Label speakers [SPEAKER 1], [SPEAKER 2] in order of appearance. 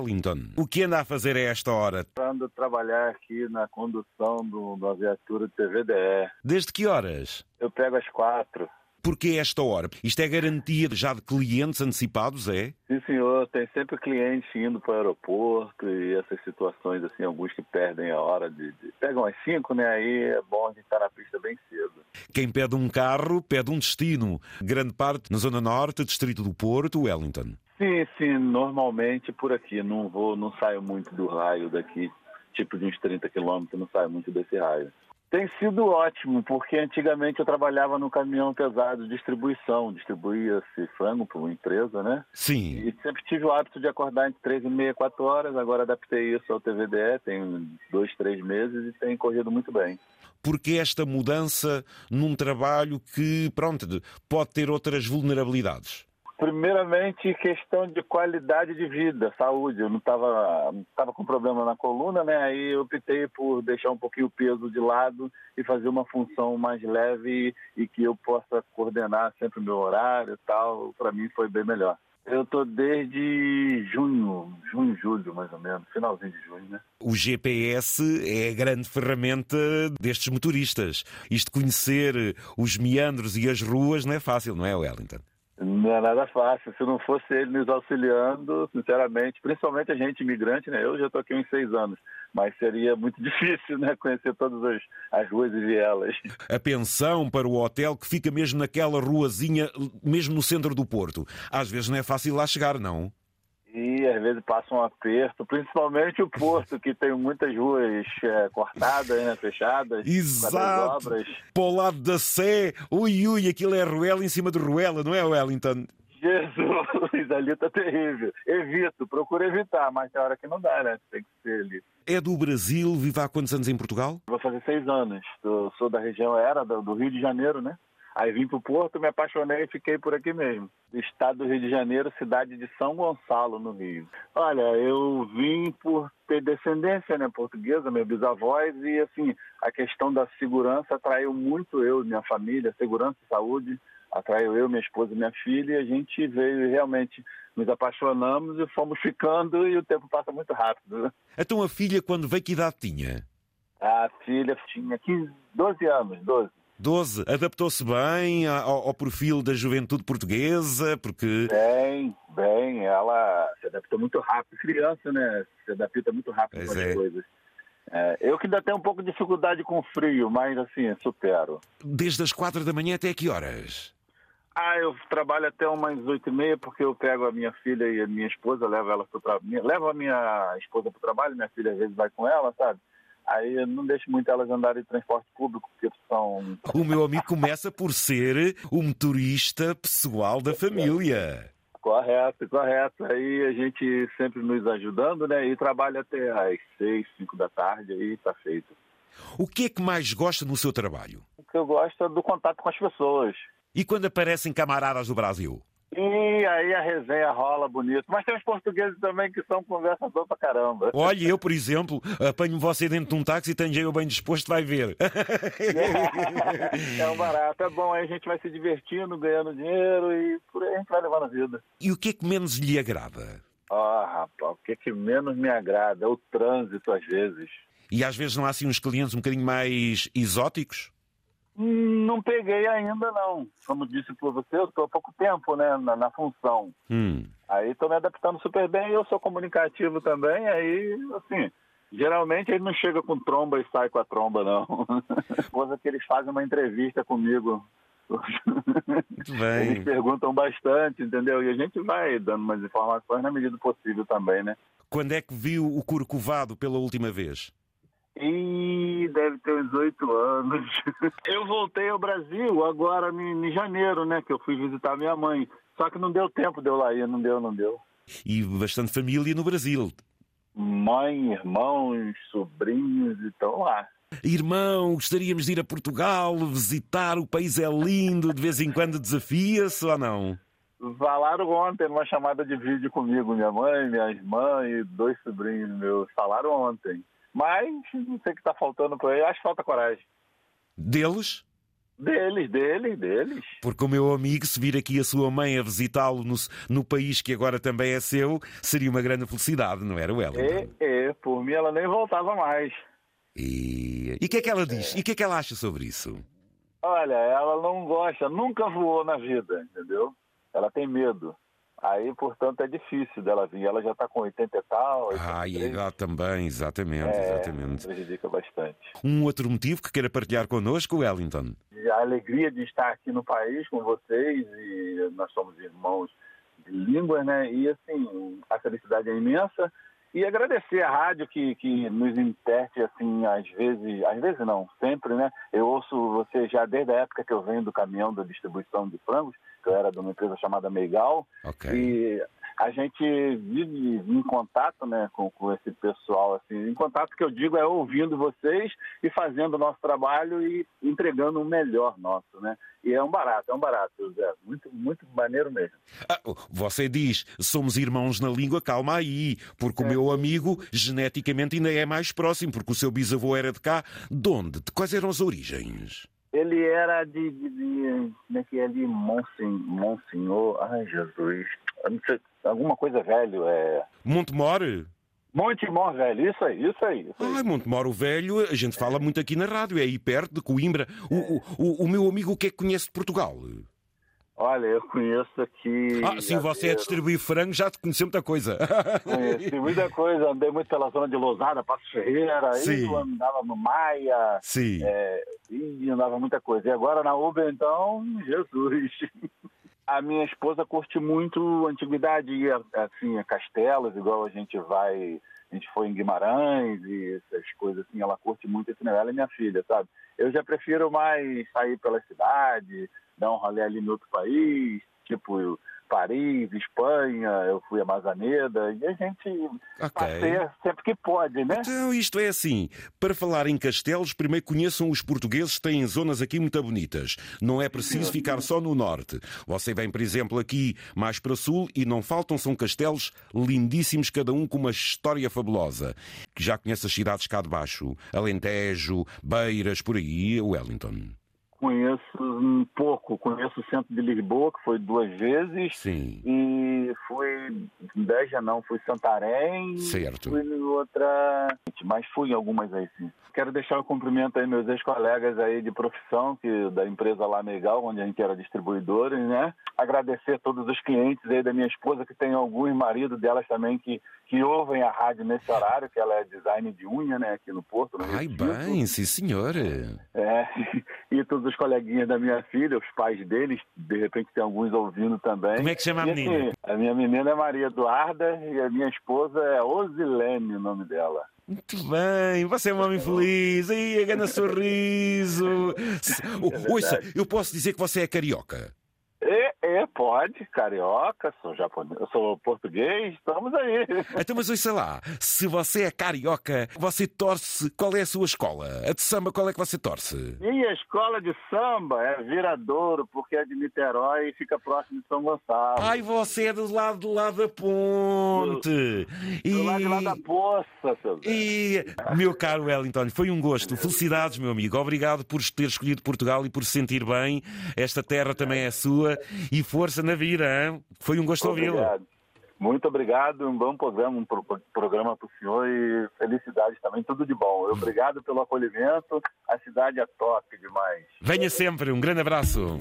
[SPEAKER 1] Wellington. O que anda a fazer a esta hora?
[SPEAKER 2] Ando a trabalhar aqui na condução do, da viatura do TVDE.
[SPEAKER 1] Desde que horas?
[SPEAKER 2] Eu pego às quatro.
[SPEAKER 1] Porquê esta hora? Isto é garantia já de clientes antecipados, é?
[SPEAKER 2] Sim, senhor, tem sempre cliente indo para o aeroporto e essas situações, assim, alguns que perdem a hora de. de... Pegam às cinco, né? Aí é bom a gente estar na pista bem cedo.
[SPEAKER 1] Quem pede um carro, pede um destino. Grande parte na Zona Norte, Distrito do Porto, Wellington.
[SPEAKER 2] Sim, sim, normalmente por aqui. Não vou, não saio muito do raio daqui, tipo de uns 30 quilômetros, não saio muito desse raio. Tem sido ótimo, porque antigamente eu trabalhava no caminhão pesado de distribuição, distribuía-se frango para uma empresa, né?
[SPEAKER 1] Sim.
[SPEAKER 2] E sempre tive o hábito de acordar entre três e meia, quatro horas, agora adaptei isso ao TVDE, tem dois, três meses e tem corrido muito bem.
[SPEAKER 1] Porque esta mudança num trabalho que, pronto, de- pode ter outras vulnerabilidades?
[SPEAKER 2] Primeiramente, questão de qualidade de vida, saúde. Eu não estava não tava com problema na coluna, né? Aí eu optei por deixar um pouquinho o peso de lado e fazer uma função mais leve e que eu possa coordenar sempre o meu horário e tal. Para mim foi bem melhor. Eu tô desde junho, junho, julho mais ou menos, finalzinho de junho, né?
[SPEAKER 1] O GPS é a grande ferramenta destes motoristas. Isto conhecer os meandros e as ruas não é fácil, não é, Wellington?
[SPEAKER 2] Não é nada fácil. Se não fosse ele nos auxiliando, sinceramente, principalmente a gente imigrante, né? Eu já estou aqui uns seis anos, mas seria muito difícil, né? Conhecer todas as, as ruas e vielas.
[SPEAKER 1] A pensão para o hotel que fica mesmo naquela ruazinha, mesmo no centro do Porto. Às vezes não é fácil lá chegar, não?
[SPEAKER 2] E às vezes passa um aperto, principalmente o porto, que tem muitas ruas eh, cortadas, né? Fechadas, com essas
[SPEAKER 1] Exato.
[SPEAKER 2] obras.
[SPEAKER 1] Para o lado da Sé, ui ui, aquilo é Ruela em cima de Ruela, não é, Wellington?
[SPEAKER 2] Jesus, ali tá terrível. Evito, procuro evitar, mas tem hora que não dá, né? Tem que ser ali.
[SPEAKER 1] É do Brasil, vive há quantos anos em Portugal?
[SPEAKER 2] Vou fazer seis anos. Eu sou da região, era do do Rio de Janeiro, né? Aí vim pro Porto, me apaixonei e fiquei por aqui mesmo. Estado do Rio de Janeiro, cidade de São Gonçalo, no Rio. Olha, eu vim por ter descendência né, portuguesa, meus bisavós, e assim, a questão da segurança atraiu muito eu, e minha família, segurança e saúde, atraiu eu, minha esposa e minha filha, e a gente veio e realmente nos apaixonamos e fomos ficando, e o tempo passa muito rápido. né?
[SPEAKER 1] Então a filha, quando veio, que idade tinha?
[SPEAKER 2] A filha tinha 15, 12 anos, 12.
[SPEAKER 1] 12. Adaptou-se bem a- ao, ao perfil da juventude portuguesa, porque
[SPEAKER 2] Bem, bem, ela se adaptou muito rápido. Criança, né? Se adapta muito rápido
[SPEAKER 1] Pois
[SPEAKER 2] com as
[SPEAKER 1] é.
[SPEAKER 2] coisas. É, eu que ainda tenho um pouco de dificuldade com frio, mas assim, supero.
[SPEAKER 1] desde as 4 da manhã até que horas?
[SPEAKER 2] Ah, eu trabalho até umas oito e meia, porque eu pego a minha filha e a minha esposa, levo ela pro trabalho. Levo a minha esposa pro trabalho, minha filha às vezes vai com ela, sabe? Aí eu não deixo muito elas andarem de transporte público, porque são
[SPEAKER 1] O meu amigo começa por ser o motorista pessoal da família.
[SPEAKER 2] Correto, correto. Aí a gente sempre nos ajudando, né? E trabalha até às seis, cinco da tarde, aí tá feito.
[SPEAKER 1] O que é que mais gosta no seu trabalho?
[SPEAKER 2] O que eu gosto é do contato com as pessoas.
[SPEAKER 1] E quando aparecem camaradas do Brasil?
[SPEAKER 2] E aí a resenha rola bonito. Mas tem os portugueses também que são conversador pra caramba.
[SPEAKER 1] Olha, eu, por exemplo, apanho você dentro de um táxi e tenho eu bem disposto, vai ver.
[SPEAKER 2] é um barato, é bom. Aí a gente vai se divertindo, ganhando dinheiro e por aí a gente vai levando a vida.
[SPEAKER 1] E o que é que menos lhe agrada?
[SPEAKER 2] Ah, rapaz, o que, que menos me agrada é o trânsito às vezes.
[SPEAKER 1] E às vezes não há assim uns clientes um bocadinho mais exóticos?
[SPEAKER 2] Hum, Não peguei ainda, não. Como disse por você, eu estou há pouco tempo né, na, na função.
[SPEAKER 1] Hum.
[SPEAKER 2] Aí estou me adaptando super bem, eu sou comunicativo também, aí, assim, geralmente ele não chega com tromba e sai com a tromba, não. Coisa que eles fazem uma entrevista comigo.
[SPEAKER 1] Muito
[SPEAKER 2] Eles
[SPEAKER 1] bem.
[SPEAKER 2] perguntam bastante, entendeu? E a gente vai dando umas informações na medida do possível também, né?
[SPEAKER 1] Quando é que viu o Corcovado pela última vez?
[SPEAKER 2] E deve ter uns oito anos. Eu voltei ao Brasil agora em em janeiro, né? Que eu fui visitar minha mãe. Só que não deu tempo de eu lá ir, não deu, não deu.
[SPEAKER 1] E bastante família no Brasil.
[SPEAKER 2] Mãe, irmãos, sobrinhos e estão lá.
[SPEAKER 1] Irmão, gostaríamos de ir a Portugal, visitar, o país é lindo, de vez em quando desafia-se ou não?
[SPEAKER 2] Falaram ontem numa chamada de vídeo comigo, minha mãe, minha irmã e dois sobrinhos meus. Falaram ontem. Mas não sei o que tá faltando por aí, acho que falta coragem.
[SPEAKER 1] Deles?
[SPEAKER 2] Deles, deles, deles.
[SPEAKER 1] Porque o meu amigo, se vir aqui a sua mãe a visitá-lo no, no país que agora também é seu, seria uma grande felicidade, não era,
[SPEAKER 2] É,
[SPEAKER 1] Wellington?
[SPEAKER 2] é, por mim ela nem voltava mais.
[SPEAKER 1] E e o que é que ela diz? E o que é que ela acha sobre isso?
[SPEAKER 2] Olha, ela não gosta, nunca voou na vida, entendeu? Ela tem medo. Aí, portanto, é difícil dela vir. Ela já está com 80 e tal.
[SPEAKER 1] Ah, e
[SPEAKER 2] 83,
[SPEAKER 1] ela também, exatamente, exatamente.
[SPEAKER 2] É, Prejudica bastante.
[SPEAKER 1] Um outro motivo que queira partilhar connosco, Wellington.
[SPEAKER 2] E a alegria de estar aqui no país com vocês e nós somos irmãos de língua, né? E assim, a felicidade é imensa. E agradecer a rádio que, que nos interte, assim, às vezes, às vezes não, sempre, né? Eu ouço você já desde a época que eu venho do caminhão da distribuição de frangos, que eu era de uma empresa chamada Meigal,
[SPEAKER 1] Ok.
[SPEAKER 2] e a gente vive em contato né, com, com esse pessoal. Assim, em contato que eu digo é ouvindo vocês e fazendo o nosso trabalho e entregando o melhor nosso. Né? E é um barato, é um barato, Zé. Muito, muito maneiro mesmo.
[SPEAKER 1] Ah, você diz, somos irmãos na língua, calma aí, porque
[SPEAKER 2] É.
[SPEAKER 1] o meu amigo geneticamente ainda é mais próximo, porque o seu bisavô era de cá. De onde? De quais eram as origens?
[SPEAKER 2] Ele era de. de, de como é que é ali? Monsen, Monsenhor. Ai, Jesus. Eu não sei, alguma coisa velho. É...
[SPEAKER 1] Montemor?
[SPEAKER 2] Montemor velho. Isso aí, isso aí. Isso aí.
[SPEAKER 1] Ai, Montemor o Velho, a gente fala muito aqui na rádio, é aí perto de Coimbra. O, o- o, o meu amigo o que é que conhece de Portugal?
[SPEAKER 2] Olha, eu conheço aqui.
[SPEAKER 1] Ah, sim, você é
[SPEAKER 2] Janeiro.
[SPEAKER 1] distribuir frango, já te conheceu muita coisa.
[SPEAKER 2] Conheci muita coisa, andei muito pela zona de Lousada, Passo Ferreira,
[SPEAKER 1] Sim.
[SPEAKER 2] aí eu andava no Maia,
[SPEAKER 1] sim.
[SPEAKER 2] é, e andava muita coisa. E agora na Uber, então, Jesus. A minha esposa curte muito antiguidade, e, assim, a castelos, igual a gente vai, a gente foi em Guimarães e essas coisas assim, ela curte muito esse negócio, ela é minha filha, sabe? Eu já prefiro mais sair pela cidade, dar um rolê ali no outro país, tipo Paris, Espanha, eu fui a Mazaneda, e a gente
[SPEAKER 1] Ok.
[SPEAKER 2] passeia sempre que pode, né?
[SPEAKER 1] Então, isto é assim. Para falar em castelos, primeiro conheçam os portugueses, que têm zonas aqui muito bonitas. Não é preciso ficar só no norte. Você vem, por exemplo, aqui mais para sul e não faltam são castelos lindíssimos, cada um com uma história fabulosa. Que já conhece as cidades cá de baixo. Alentejo, Beiras, por aí, Wellington.
[SPEAKER 2] Conheço um pouco, conheço o centro de Lisboa, que foi duas vezes,
[SPEAKER 1] Sim,
[SPEAKER 2] E fui em Beja não, fui em Santarém.
[SPEAKER 1] certo.
[SPEAKER 2] Fui em outra. Mas fui em algumas aí sim. Quero deixar o cumprimento aí, meus ex-colegas aí de profissão, que, da empresa lá Megal, onde a gente era distribuidor, né? Agradecer a todos os clientes aí da minha esposa, que tem alguns maridos delas também que, que ouvem a rádio nesse horário, que ela é design de unha, né, aqui no Porto. no Rio
[SPEAKER 1] Ai,
[SPEAKER 2] Tinto.
[SPEAKER 1] bem, sim, senhora.
[SPEAKER 2] É, e todos os coleguinhas da minha filha, os pais deles, de repente tem alguns ouvindo também.
[SPEAKER 1] Como é que chama a
[SPEAKER 2] E, assim,
[SPEAKER 1] menina?
[SPEAKER 2] a minha menina é Maria Eduarda e a minha esposa é Osilene, o nome dela.
[SPEAKER 1] Muito bem, você é um homem feliz. Aí, ganha sorriso. Se-
[SPEAKER 2] É verdade.
[SPEAKER 1] Ouça, eu posso dizer que você é carioca.
[SPEAKER 2] É, é, pode, carioca, sou japonês, sou português, estamos aí.
[SPEAKER 1] Então, mas ouça lá, se você é carioca, você torce. Qual é a sua escola? A de samba, qual é que você torce?
[SPEAKER 2] Minha escola de samba é Viradouro, porque é de Niterói e fica próximo de São Gonçalo.
[SPEAKER 1] Ai, você é do lado de lá da ponte. E...
[SPEAKER 2] do lado de lá da poça, seu Zé.
[SPEAKER 1] E, meu caro Wellington, foi um gosto. Felicidades, meu amigo. Obrigado por ter escolhido Portugal e por se sentir bem. Esta terra também é sua. E força na vida, hein? Foi um gosto ouvi-lo.
[SPEAKER 2] Obrigado. Muito obrigado, um bom programa, um pro- programa para o senhor e felicidades também, tudo de bom. Obrigado pelo acolhimento, a cidade é top demais.
[SPEAKER 1] Venha sempre. Um grande abraço.